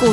股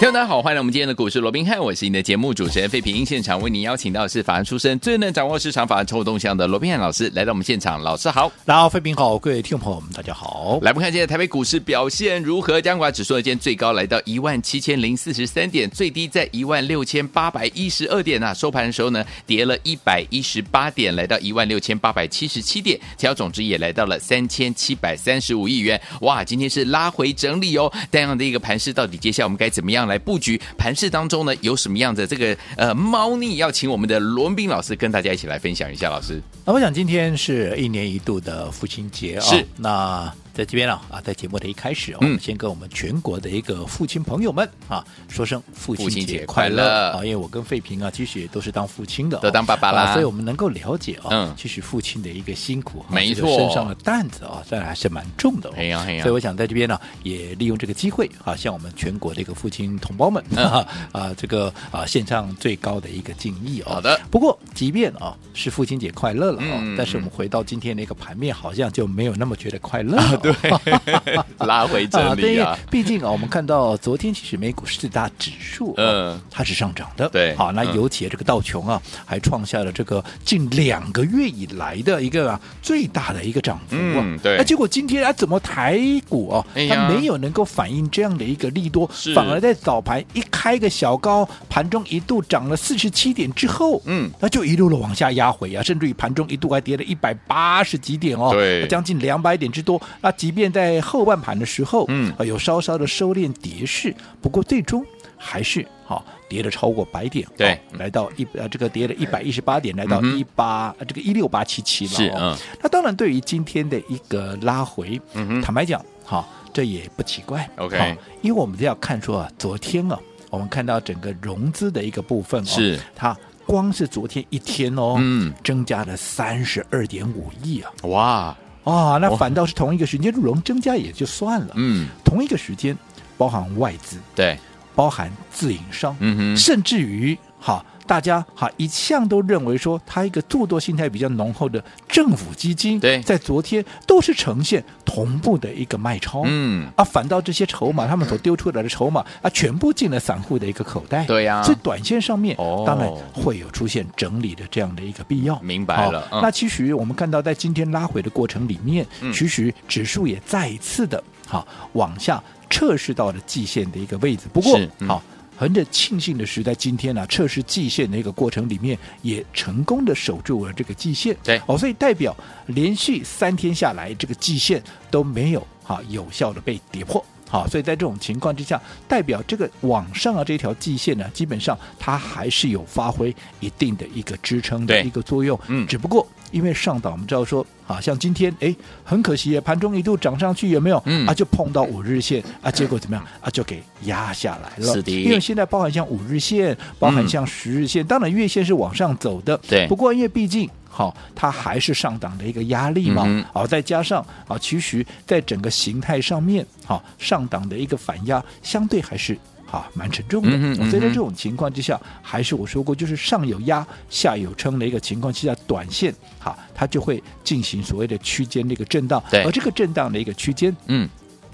听众大家好，欢迎来我们今天的股市罗宾汉，我是你的节目主持人费平。现场为您邀请到的是法案出身、最能掌握市场法案臭动向的罗宾汉老师来到我们现场，老师好。大家好，飞平好，各位听众朋友们，大家好。来，我们看今天的台北股市表现如何？加权指数呢，今天最高来到一万七千零四十三点，最低在一万六千八百一十二点啊。收盘的时候呢，跌了一百一十八点，来到一万六千八百七十七点，成交总值也来到了三千七百三十五亿元。哇，今天是拉回整理哦。这样的一个盘势，到底接下来我们该怎么样来布局？盘势当中呢，有什么样的这个呃猫腻？要请我们的罗文斌老师跟大家一起来分享一下。老师，那我想今天是一年一度的父亲节啊、是那在这边啊啊，在节目的一开始、哦，嗯我们先跟我们全国的一个父亲朋友们啊说声父亲父亲节节快快乐乐啊！因为我跟费平啊，其实也都是当父亲的哦、都当爸爸啦啊所以我们能够了解啊、嗯其实父亲的一个辛苦、啊，没这个错身上的担子啊，当然还是蛮重的、哦。嘿呀嘿呀所以我想在这边呢、也利用这个机会啊，向我们全国的一个父亲同胞们、嗯啊啊，这个啊献上最高的一个敬意哦。好的不过，即便啊是父亲节快乐了、哦，嗯但是我们回到今天的一个盘面，好像就没有那么觉得快乐、啊了。对，拉回整对，理因为啊，毕竟啊，我们看到昨天其实美股四大指数、啊，嗯它是上涨的，对好，那嗯尤其这个道琼啊，还创下了这个近两个月以来的一个、啊、最大的一个涨幅啊，嗯对那结果今天啊，怎么台股哦、哎呀它没有能够反映这样的一个利多是，反而在早盘一开个小高，盘中一度涨了四十七点之后，嗯，那就一路的往下压回啊，甚至于盘中一度还跌了一百八十几点哦，对将近两百点之多。那即便在后半盘的时候，嗯呃有稍稍的收敛跌势，不过最终还是好、跌了超过百点，对好来到一呃这个跌了一百一十八点，来到嗯哼一八、这个一六八七七了、哦。是嗯那当然，对于今天的一个拉回，嗯哼坦白讲，好、这也不奇怪。 OK 好因为我们要看说啊，昨天啊，我们看到整个融资的一个部分哦，是它。光是昨天一天哦，嗯增加了三十二点五亿啊！哇，啊、那哦反倒是同一个时间入笼增加也就算了，嗯，同一个时间包含外资，对，包含自营商，嗯哼，甚至于哈，大家哈一向都认为说它一个做多心态比较浓厚的政府基金，对在昨天都是呈现同步的一个卖超，嗯，啊，反倒这些筹码，他们所丢出来的筹码啊，全部进了散户的一个口袋。对呀所以短线上面、哦当然会有出现整理的这样的一个必要。明白了好嗯那其实我们看到，在今天拉回的过程里面，嗯其实指数也再一次的好往下测试到了季线的一个位置。不过是，嗯好。很啊着庆幸的是，在今天呢、啊，测试季线的一个过程里面，也成功的守住了这个季线。对哦，所以代表连续三天下来，这个季线都没有哈、有效的被跌破。好，所以在这种情况之下，代表这个往上啊这条季线呢，基本上它还是有发挥一定的一个支撑的对一个作用。嗯只不过因为上档我们知道说，好像今天哎很可惜耶，盘中一度涨上去有没有？嗯啊就碰到五日线啊，结果怎么样啊就给压下来了。是的因为现在包含像五日线，包含嗯像十日线，当然月线是往上走的。对不过因为毕竟。好、它还是上档的一个压力嘛，嗯好、再加上啊，其实在整个形态上面，好、上档的一个反压相对还是啊蛮沉重的、嗯哼嗯哼所以在这种情况之下，还是我说过，就是上有压，下有撑的一个情况之下，短线哈、它就会进行所谓的区间的一个震荡，对而这个震荡的一个区间嗯，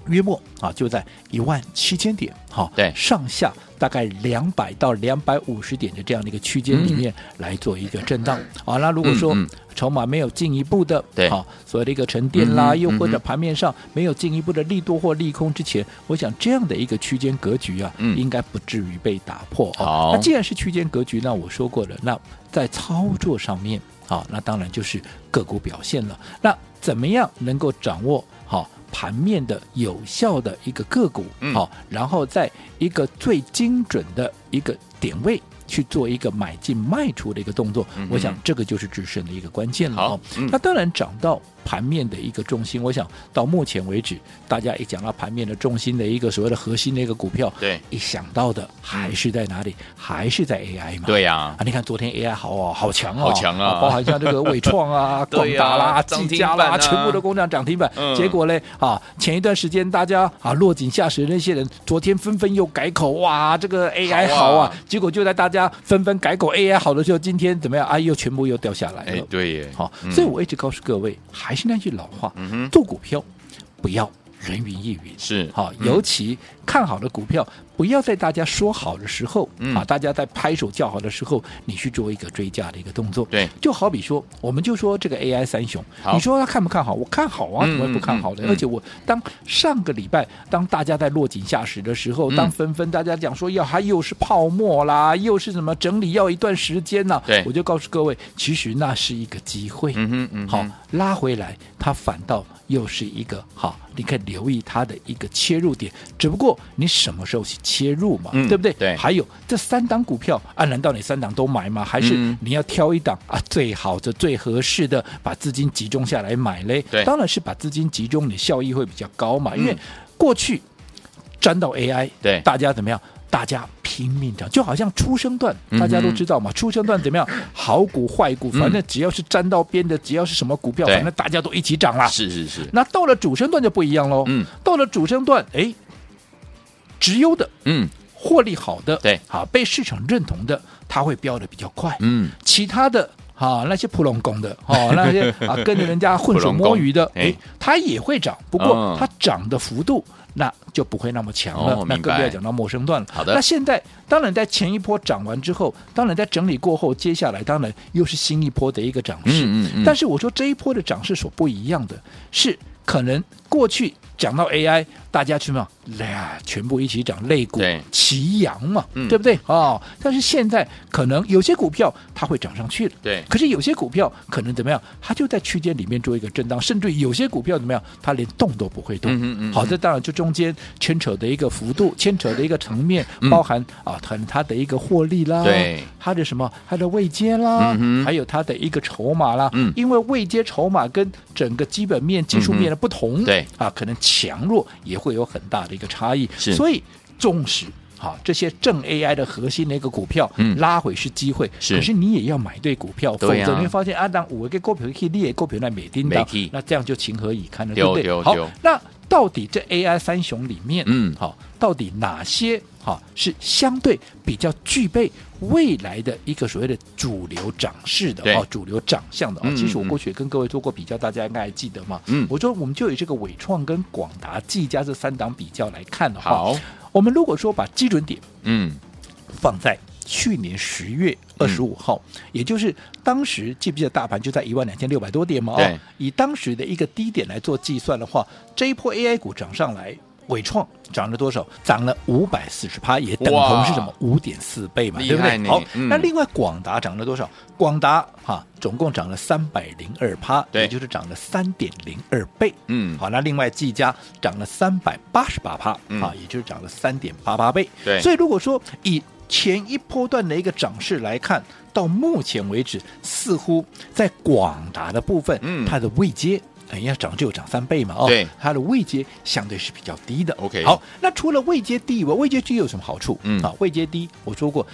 约莫啊就在一万七千点，好、对上下大概两百到两百五十点的这样的一个区间里面来做一个震荡。好、那如果说嗯嗯嗯筹码没有进一步的，对好、所谓的一个沉淀啦，嗯哼又或者嗯哼盘面上没有进一步的利多或利空之前，我想这样的一个区间格局啊，嗯应该不至于被打破好哦。那既然是区间格局，那我说过了，那在操作上面，好、那当然就是个股表现了。那怎么样能够掌握好？盘面的有效的一个个股，好、嗯然后在一个最精准的一个点位去做一个买进卖出的一个动作，嗯哼我想这个就是制胜的一个关键了、好哦。嗯那当然涨到盘面的一个重心。我想到目前为止，大家一讲到盘面的重心的一个所谓的核心的一个股票，对一想到的还是在哪里？还是在 AI 嘛？对呀、啊，你看昨天 AI 好哦，好强哦，好强啊包含像这个伟 创啊、广对呀达啦、涨技停嘉板啦，啊全部都攻上涨停板。嗯结果嘞啊，前一段时间大家啊落井下石的那些人，昨天纷纷又改口，哇，这个 AI 好啊好啊。结果就在大家纷纷改口 AI 好的时候，今天怎么样啊？又全部又掉下来哎了，。对耶，好，嗯所以我一直告诉各位，还是那句老话嗯哼，做股票不要人云亦云。是好，嗯尤其看好的股票，不要在大家说好的时候，嗯啊，大家在拍手叫好的时候，你去做一个追价的一个动作。对，就好比说，我们就说这个 AI 三雄好，你说他看不看好？我看好啊，嗯怎么会不看好呢嗯？嗯而且我当上个礼拜，当大家在落井下石的时候，嗯当纷纷大家讲说要它又是泡沫啦，又是什么整理要一段时间呐，对我就告诉各位，其实那是一个机会。嗯哼嗯哼好，拉回来，它反倒又是一个好，你可以留意它的一个切入点，只不过你什么时候去切入嘛，嗯对不对？对还有这三档股票啊，难道你三档都买吗？还是嗯你要挑一档啊最好的、最合适的，把资金集中下来买嘞？对当然是把资金集中，你效益会比较高嘛，因为嗯过去沾到 AI，对大家怎么样？大家拼命涨，就好像出生段，嗯哼大家都知道嘛，出生段怎么样？好股坏股，嗯反正只要是沾到边的，只要是什么股票，对反正大家都一起涨啦。啊是是是，那到了主升段就不一样喽，嗯到了主升段，哎，直优的、嗯获利好的，对啊，被市场认同的，它会飙的比较快，嗯，其他的。啊，那些普龙工的， 哦，那些啊跟着人家混水摸鱼的，普龙工哎哎，它也会涨，不嗯过它涨的幅度那就不会那么强了，哦那明更不白要讲到陌生段了。好的那现在当然在前一波涨完之后，当然在整理过后，接下来当然又是新一波的一个涨势。嗯嗯嗯但是我说这一波的涨势所不一样的是，可能过去讲到 AI，大家去嘛，哎呀，全部一起涨，类股对齐扬嘛，嗯对不对？哦，但是现在可能有些股票它会涨上去了，对可是有些股票可能怎么样，它就在区间里面做一个震荡，甚至有些股票怎么样，它连动都不会动。嗯哼嗯哼好，这当然就中间牵扯的一个幅度，牵扯的一个层面，嗯包含啊，可能它的一个获利啦，对它的什么，它的位阶啦，嗯哼还有它的一个筹码啦。嗯因为位阶筹码跟整个基本面、技术面的不同，嗯对啊，可能强弱也会有很大的一个差异。是所以纵使。好，这些正 AI 的核心的一个股票、嗯拉回是机会，是可是你也要买对股票，否对呀则你会发现啊，当五个股票去列股票那每叮没当去，那这样就情何以堪了，对对不对？对好对，那到底这 AI 三雄里面，嗯好，到底哪些好是相对比较具备未来的一个所谓的主流涨势的对哦，主流长相的哦嗯？其实我嗯过去也跟各位做过比较，大家应该还记得嘛。嗯我说我们就以这个伟创跟广达、技嘉这三档比较来看的话，好，我们如果说把基准点嗯放在去年十月二十五号，也就是当时记不记得大盘就在一万两千六百多点嘛？对哦，以当时的一个低点来做计算的话，这一波 AI 股涨上来。伟创涨了多少？涨了五百四十趴，也等同是什么哇五点四倍嘛，厉对不害对？呢好，嗯那另外广达涨了多少？广达哈、总共涨了三百零二趴，对也就是涨了三点零二倍。嗯好，那另外技嘉涨了三百八十八趴嗯啊，也就是涨了三点八八倍。对所以如果说以前一波段的一个涨势来看，到目前为止，似乎在广达的部分，嗯它的位阶。哎要涨就有涨三倍嘛，哦，对它的位阶相对是比较低的。 OK 好，那除了位阶低以外，位阶低有什么好处？嗯啊，位阶低，我说过，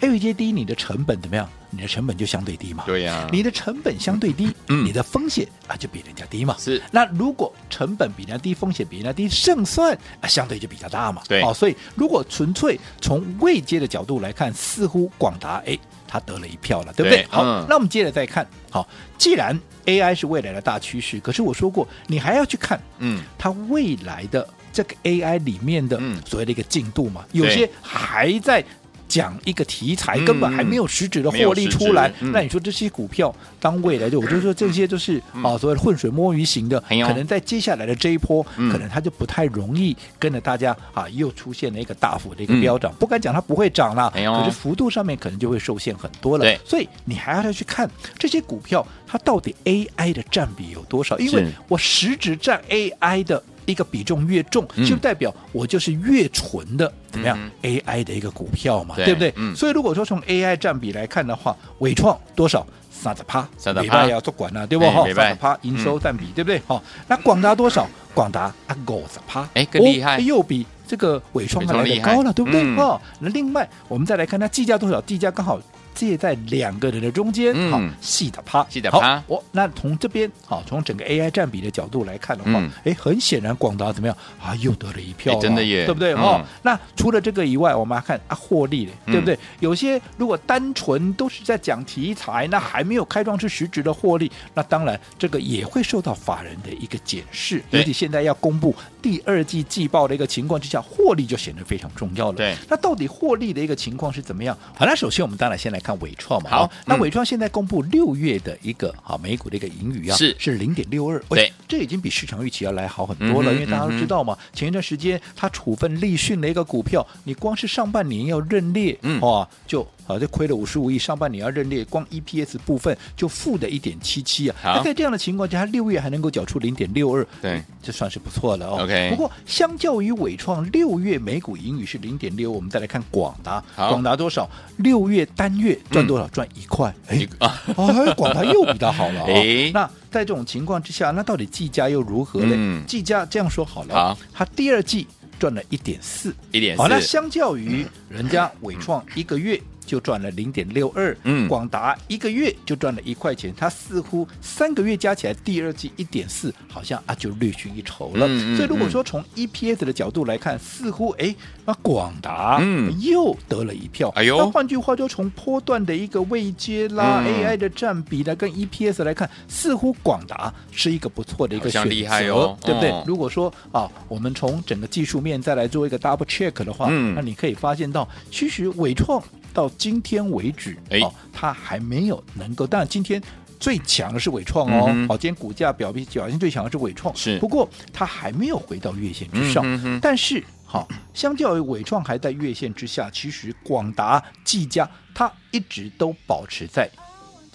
哎位阶低，你的成本怎么样？你的成本就相对低嘛。对呀你的成本相对低，嗯你的风险啊就比人家低嘛。是那如果成本比人家低，风险比人家低，胜算啊相对就比较大嘛。对哦，所以如果纯粹从位阶的角度来看，似乎广达哎，他得了一票了，对不对？对好，嗯那我们接着再看。好，既然 AI 是未来的大趋势，可是我说过，你还要去看嗯，它未来的这个 AI 里面的嗯所谓的一个进度嘛，对有些还在。讲一个题材嗯根本还没有实质的没有获利实质出来，嗯那你说这些股票当未来就我就说这些都是、啊所谓的浑水摸鱼型的，嗯哎呦可能在接下来的这一波，嗯可能它就不太容易跟着大家啊又出现了一个大幅的一个嗯飙涨，不敢讲它不会涨啦，哎呦可是幅度上面可能就会受限很多了。对所以你还要再去看这些股票它到底 AI 的占比有多少，因为是我实质占 AI 的一个比重越重，嗯就代表我就是越纯的怎么样嗯 AI 的一个股票嘛，对对不对？嗯所以如果说从 AI 占比来看的话，伟创多少？三十趴， 30%礼拜要做管啊，对不？哎哈，礼三拜十趴营收占比，对不对？好，那广达多少？广达啊，五十趴，哎更厉害哦又比这个伟创伟还创来厉的害高了，对不对？嗯哦，那另外我们再来看它计价多少，计价刚好介在两个人的中间，嗯好，细的趴，细的好趴我哦那从这边好，从整个 AI 占比的角度来看的话嗯，哎，很显然广达怎么样啊，又得了一票哎啊，真的耶对不对？嗯哦，那除了这个以外，我们还看啊获利嘞，嗯对不对？有些如果单纯都是在讲题材，那还没有开创出实质的获利，那当然这个也会受到法人的一个检视，对尤其现在要公布第二季季报的一个情况之下，获利就显得非常重要了。对那到底获利的一个情况是怎么样？好，那首先我们当然先来看伟创嘛。好哦那嗯伟创现在公布六月的一个啊美股的一个盈余啊，是是零点六二，对喂，这已经比市场预期要来好很多了，嗯哼因为大家都知道嘛，前一段时间他处分立讯的一个股票，你光是上半年要认列，嗯哇，就。啊，就亏了五十五亿，上半年要认列，光 EPS 部分就负的一点七七啊。好那在这样的情况下，它六月还能够缴出零点六二，对，这算是不错了哦。 OK 不过相较于伟创六月每股盈余是零点六，我们再来看广达，好嗯广达多少？六月单月赚多少？赚一块，哎一，啊，哎，广达又比它好 了、哦。哎那在这种情况之下，那到底技嘉又如何呢嗯？技嘉这样说好了，好它第二季赚了一点四，一点好，那四，相较于人家伟创一个月就赚了零点六二，嗯广达一个月就赚了一块钱，它似乎三个月加起来第二季一点四，好像啊就略逊一筹了。嗯嗯所以如果说从 EPS 的角度来看，似乎哎，那广达嗯又得了一票。哎呦那换句话就从波段的一个位阶啦、嗯 AI 的占比来跟 EPS 来看，似乎广达是一个不错的一个好选像择，厉害哦对不对？哦如果说啊，我们从整个技术面再来做一个 double check 的话，嗯那你可以发现到，其实伟创到今天为止，哎哦，它还没有能够，当然今天。最强的是伟创哦，好、嗯哼今天股价表比表现最强的是伟创，是不过它还没有回到月线之上，嗯哼哼但是好、相较于伟创还在月线之下，其实广达、技嘉它一直都保持在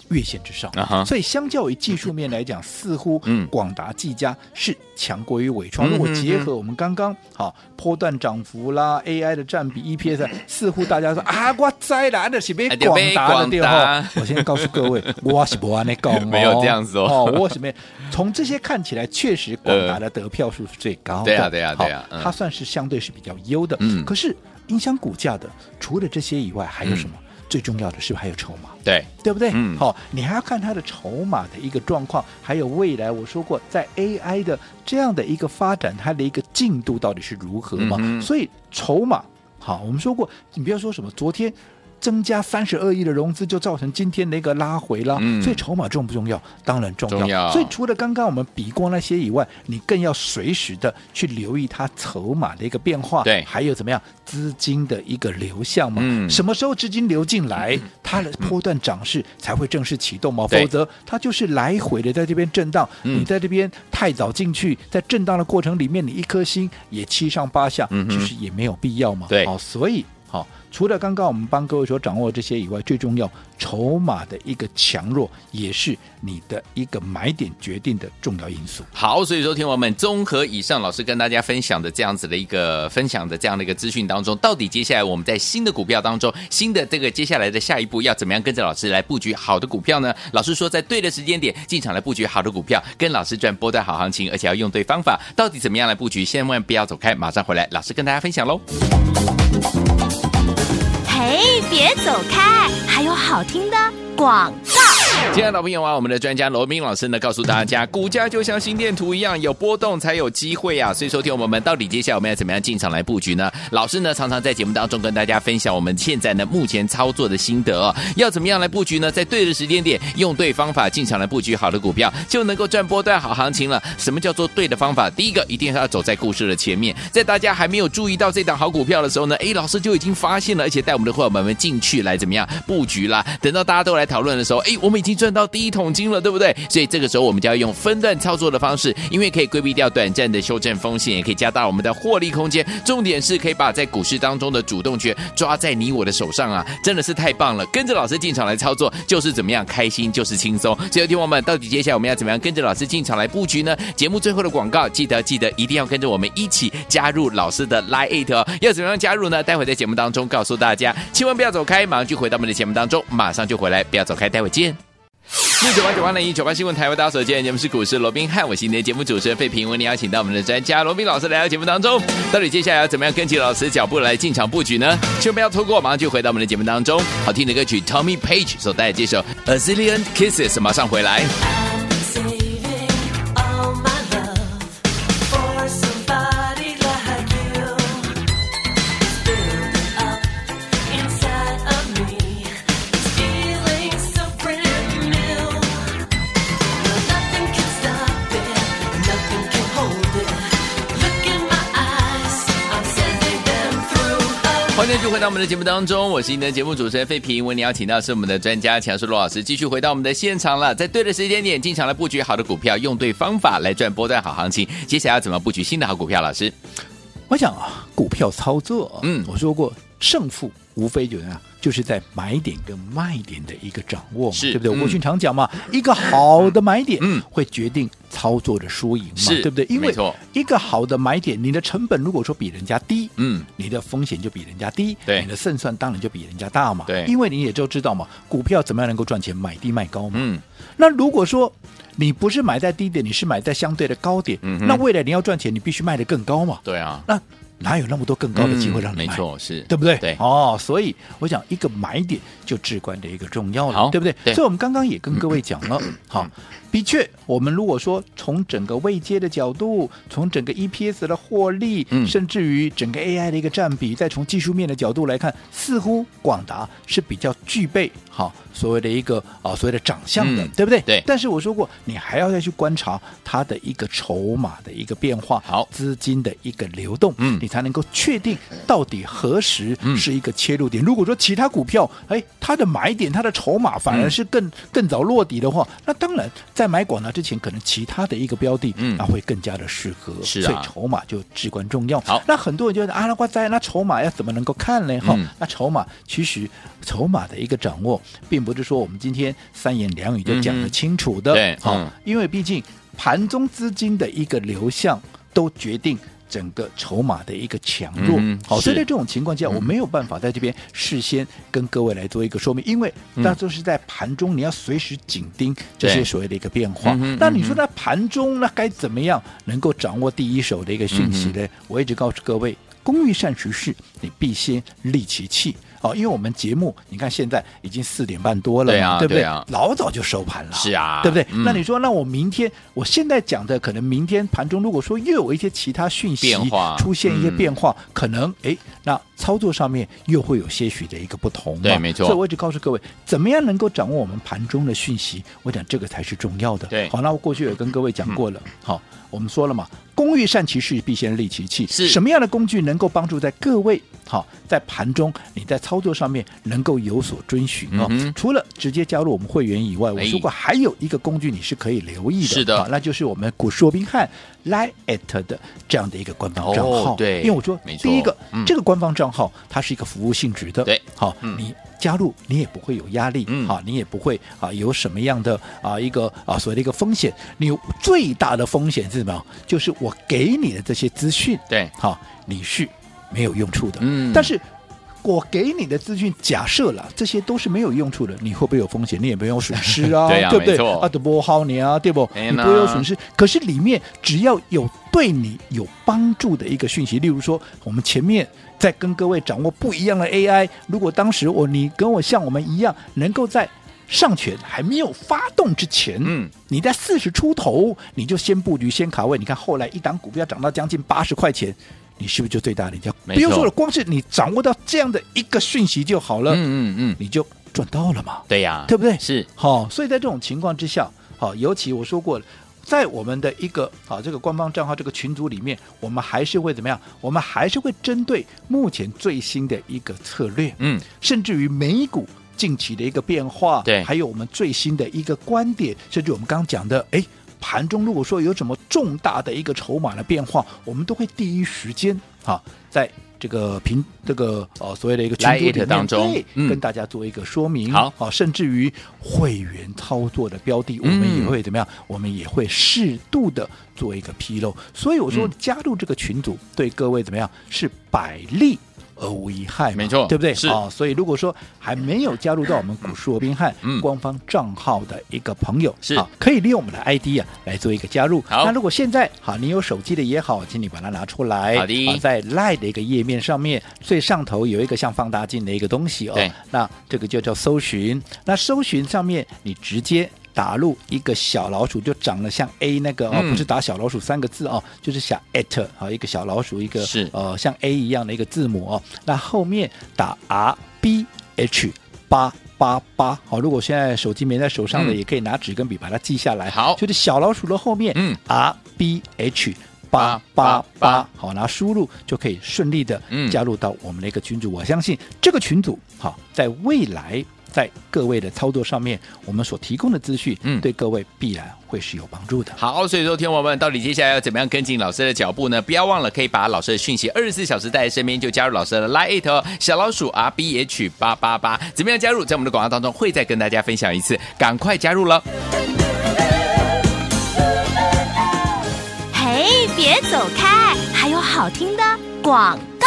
月线之上，啊哈所以相较于技术面来讲，似乎嗯广达、技嘉是强过于伟创。嗯如果嗯结嗯合我们刚刚好波段涨幅啦、AI 的占比、EPS，啊 似乎大家说啊，我栽啦，那是被啊就广被达的广对达哦。我先告诉 各位，我是不安的讲哦，没有这样子哦我是没。从这些看起来，确实广达的得票数是最高的，对啊对啊好对啊嗯它算是相对是比较优的。嗯可是影响股价的，除了这些以外，还有什么？最重要的是不是还有筹码？对，对不对？嗯好、你还要看它的筹码的一个状况，还有未来我说过，在 AI 的这样的一个发展，它的一个进度到底是如何嘛？嗯哼所以筹码，好，我们说过，你不要说什么昨天。增加三十二亿的融资，就造成今天的一个拉回了。嗯所以筹码重不重要？当然重要。重要所以除了刚刚我们比过那些以外，你更要随时的去留意它筹码的一个变化，对还有怎么样资金的一个流向嘛。嗯什么时候资金流进来，它的波段涨势才会正式启动嘛？对否则它就是来回的在这边震荡。嗯你在这边太早进去，在震荡的过程里面，你一颗心也七上八下，嗯哼其实也没有必要嘛。对好，所以好、除了刚刚我们帮各位所掌握这些以外，最重要筹码的一个强弱，也是你的一个买点决定的重要因素。好，所以说，听我们综合以上老师跟大家分享的这样子的一个分享的这样的一个资讯当中，到底接下来我们在新的股票当中，新的这个接下来的下一步要怎么样跟着老师来布局好的股票呢？老师说，在对的时间点进场来布局好的股票，跟老师赚波段好行情，而且要用对方法，到底怎么样来布局？千万不要走开，马上回来，老师跟大家分享喽。嘿，别走开，还有好听的广告。亲爱的朋友啊，我们的专家罗明老师呢，告诉大家，股价就像心电图一样，有波动才有机会啊。所以，说，听我们到底接下来我们要怎么样进场来布局呢？老师呢，常常在节目当中跟大家分享我们现在呢目前操作的心得、哦，要怎么样来布局呢？在对的时间点，用对方法进场来布局好的股票，就能够赚波段好行情了。什么叫做对的方法？第一个，一定是要走在故事的前面，在大家还没有注意到这档好股票的时候呢，诶，老师就已经发现了，而且带我们的伙伴们进去来怎么样布局啦？等到大家都来讨论的时候，诶，我们已经。经赚到第一桶金了，对不对？所以这个时候我们就要用分段操作的方式，因为可以规避掉短暂的修正风险，也可以加大我们的获利空间。重点是可以把在股市当中的主动权抓在你我的手上啊，真的是太棒了！跟着老师进场来操作，就是怎么样开心，就是轻松。所以，听我们，到底接下来我们要怎么样跟着老师进场来布局呢？节目最后的广告，记得记得一定要跟着我们一起加入老师的 Line It 哦。要怎么样加入呢？待会在节目当中告诉大家，千万不要走开，马上就回到我们的节目当中，马上就回来，不要走开，待会见。六九八九八零一九八新闻台为大家所见，节目是股市罗宾汉，我是你的节目主持人费平。为你邀请到我们的专家罗宾老师来到节目当中，到底接下来要怎么样跟紧老师脚步来进场布局呢？千万不要错过，马上就回到我们的节目当中。好听的歌曲 Tommy Page 所带来这首《A Zillion Kisses》，马上回来。 Saving all my love for somebody like you. Building up inside of me, feeling so brand new. Nothing can stop it, nothing can hold it. Look in my eyes, I'm sending them through. 欢迎继续回到我们的节目当中，我是您的节目主持人费平。为您邀请到是我们的专家强叔罗老师，继续回到我们的现场了。在对的时间点进场来布局好的股票，用对方法来赚波段好行情。接下来要怎么布局新的好股票？老师，我想啊，股票操作啊，嗯我说过胜负无非就是啊，就是在买点跟卖点的一个掌握嘛，是对不对？我嗯过去常讲嘛，一个好的买点，嗯会决定操作的输赢嘛，是对不对？因没为错一个好的买点，你的成本如果说比人家低，嗯，你的风险就比人家低，对你的胜算当然就比人家大嘛，对因为你也就知道嘛，股票怎么样能够赚钱，买低卖高嘛，嗯，那如果说你不是买在低点，你是买在相对的高点，嗯哼那未来你要赚钱，你必须卖得更高嘛，对啊，那哪有那么多更高的机会让你买？嗯没错，是对不对？对，哦，所以我想一个买点就至关的一个重要好了，对不对？对所以我们刚刚也跟各位讲 了，好，的确，我们如果说从整个位阶的角度，从整个 EPS 的获利，嗯甚至于整个 AI 的一个占比，再从技术面的角度来看，似乎广达是比较具备好所谓的一个啊所谓的长相的，嗯对不对？对但是我说过，你还要再去观察它的一个筹码的一个变化，好资金的一个流动，嗯你才能够确定到底何时嗯是一个切入点。如果说其他股票，哎，它的买点、它的筹码反而是更、更早落底的话，那当然在买广达之前，可能其他的一个标的，嗯那会更加的适合，是啊所以筹码就至关重要。好那很多人就得啊，那我在那筹码要怎么能够看呢？哈、嗯那筹码其实筹码的一个掌握，并不是说我们今天三言两语就讲嗯得哼清楚的，对好、嗯因为毕竟盘中资金的一个流向都决定。整个筹码的一个强弱，嗯好，是嗯所以在这种情况下，我没有办法在这边事先跟各位来做一个说明，因为那都是在盘中，你要随时紧盯这嗯些对所谓的一个变化嗯哼。那嗯你哼说那盘中那该怎么样能够掌握第一手的一个讯息呢？我一直告诉各位，工欲善其事，你必先利其器。哦，因为我们节目，你看现在已经四点半多了嘛，对啊对不对啊老早就收盘了，是啊对不对？嗯那你说，那我明天，我现在讲的，可能明天盘中如果说又有一些其他讯息变化出现一些嗯变化，可能哎，那操作上面又会有些许的一个不同嘛，对没错所以我一直告诉各位，怎么样能够掌握我们盘中的讯息，我讲这个才是重要的。对嗯好，那我过去也跟各位讲过了，好，我们说了嘛，工欲善其事，必先利其器。是什么样的工具能够帮助在各位好在盘中你在操作上面能够有所遵循哦？嗯哼除了直接加入我们会员以外，我哎说过还有一个工具你是可以留意的，是的好那就是我们古硕宾汉 Line at 的这样的一个官方账号。哦对因为我说没错第一个嗯这个官方账号它是一个服务性质的，对好，嗯你加入你也不会有压力，嗯好，你也不会啊有什么样的啊一个啊所谓的一个风险，你最大的风险是什么？就是我给你的这些资讯，对好，你是没有用处的，嗯但是。我给你的资讯假设了，这些都是没有用处的，你会不会有风险？你也没有损失 啊，对啊不对没？错啊，波好你啊，对不？哎呀你不会有损失。可是里面只要有对你有帮助的一个讯息，例如说我们前面在跟各位掌握不一样的 AI，如果当时我你跟我像我们一样，能够在上权还没有发动之前，嗯，你在四十出头你就先布局先卡位，你看后来一档股票涨到将近八十块钱。你是不是就最大的赢家？没不用错说了，光是你掌握到这样的一个讯息就好了，嗯嗯嗯，你就赚到了嘛，对呀，对不对？是，好、所以在这种情况之下，好、尤其我说过了。在我们的一个啊这个官方账号这个群组里面，我们还是会怎么样？我们还是会针对目前最新的一个策略，嗯，甚至于美股。近期的一个变化，对还有我们最新的一个观点，甚至我们刚刚讲的，哎。盘中如果说有什么重大的一个筹码的变化，我们都会第一时间啊，在这个平这个呃所谓的一个群组 Line 里 it 面当中对嗯跟大家做一个说明。好啊，甚至于会员操作的标的，我嗯们也会怎么样？我们也会适度的做一个披露。所以我说嗯，加入这个群组对各位怎么样是百利。而无一害嘛，没错对不对？是啊，所以如果说还没有加入到我们股市罗宾汉嗯官方账号的一个朋友，是啊，可以利用我们的 ID 啊来做一个加入。好那如果现在好，你有手机的也好，请你把它拿出来。好的啊在 Line 的一个页面上面最上头有一个像放大镜的一个东西哦对，那这个就叫搜寻。那搜寻上面你直接。打入一个小老鼠，就长得像 A 那个哦，嗯不是打小老鼠三个字哦，就是想 at 啊，一个小老鼠，一个是呃像 A 一样的一个字母哦。那后面打 R B H 八八八，好，如果现在手机没在手上的，嗯也可以拿纸跟笔把它记下来。好就是小老鼠的后面，嗯，R B H 八八八888，好，拿输入就可以顺利的嗯加入到我们的一个群组。我相信这个群组，好，在未来在各位的操作上面，我们所提供的资讯，嗯对各位必然会是有帮助的。好，所以说，听我们到底接下来要怎么样跟进老师的脚步呢？不要忘了，可以把老师的讯息二十四小时带在身边，就加入老师的 Lite 哦，小老鼠 R B H 八八八，怎么样加入？在我们的广告当中会再跟大家分享一次，赶快加入了。嘿，别走开，还有好听的广告。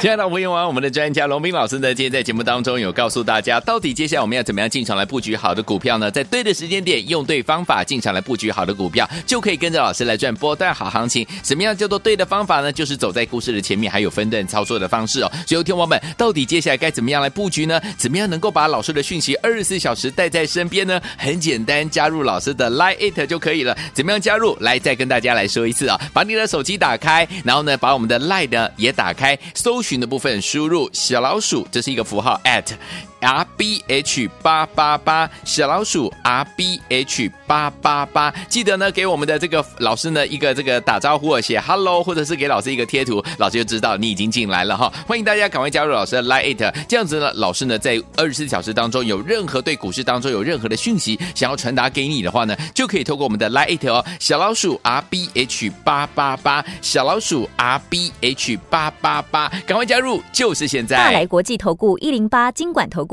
亲爱的朋友们，我们的专家龙斌老师呢，今天在节目当中有告诉大家，到底接下来我们要怎么样进场来布局好的股票呢？在对的时间点，用对方法进场来布局好的股票，就可以跟着老师来赚波段好行情。什么样叫做对的方法呢？就是走在故事的前面，还有分段操作的方式哦。所以，听友们，到底接下来该怎么样来布局呢？怎么样能够把老师的讯息二十四小时带在身边呢？很简单，加入老师的 Line It 就可以了。怎么样加入？来，再跟大家来说一次啊，把你的手机打开，然后呢，把我们的 Line 呢也打开，搜寻的部分输入小老鼠，这是一个符号 at。R B H 八八八小老鼠 R B H 八八八，记得呢给我们的这个老师呢一个这个打招呼，写 Hello，或者是给老师一个贴图，老师就知道你已经进来了哈。欢迎大家赶快加入老师的 Line It，这样子呢，老师呢在二十四小时当中有任何对股市当中有任何的讯息想要传达给你的话呢，就可以透过我们的 Line It 哦，小老鼠 R B H 八八八，小老鼠 R B H 八八八，赶快加入，就是现在。大来国际投顾一零八金管投顾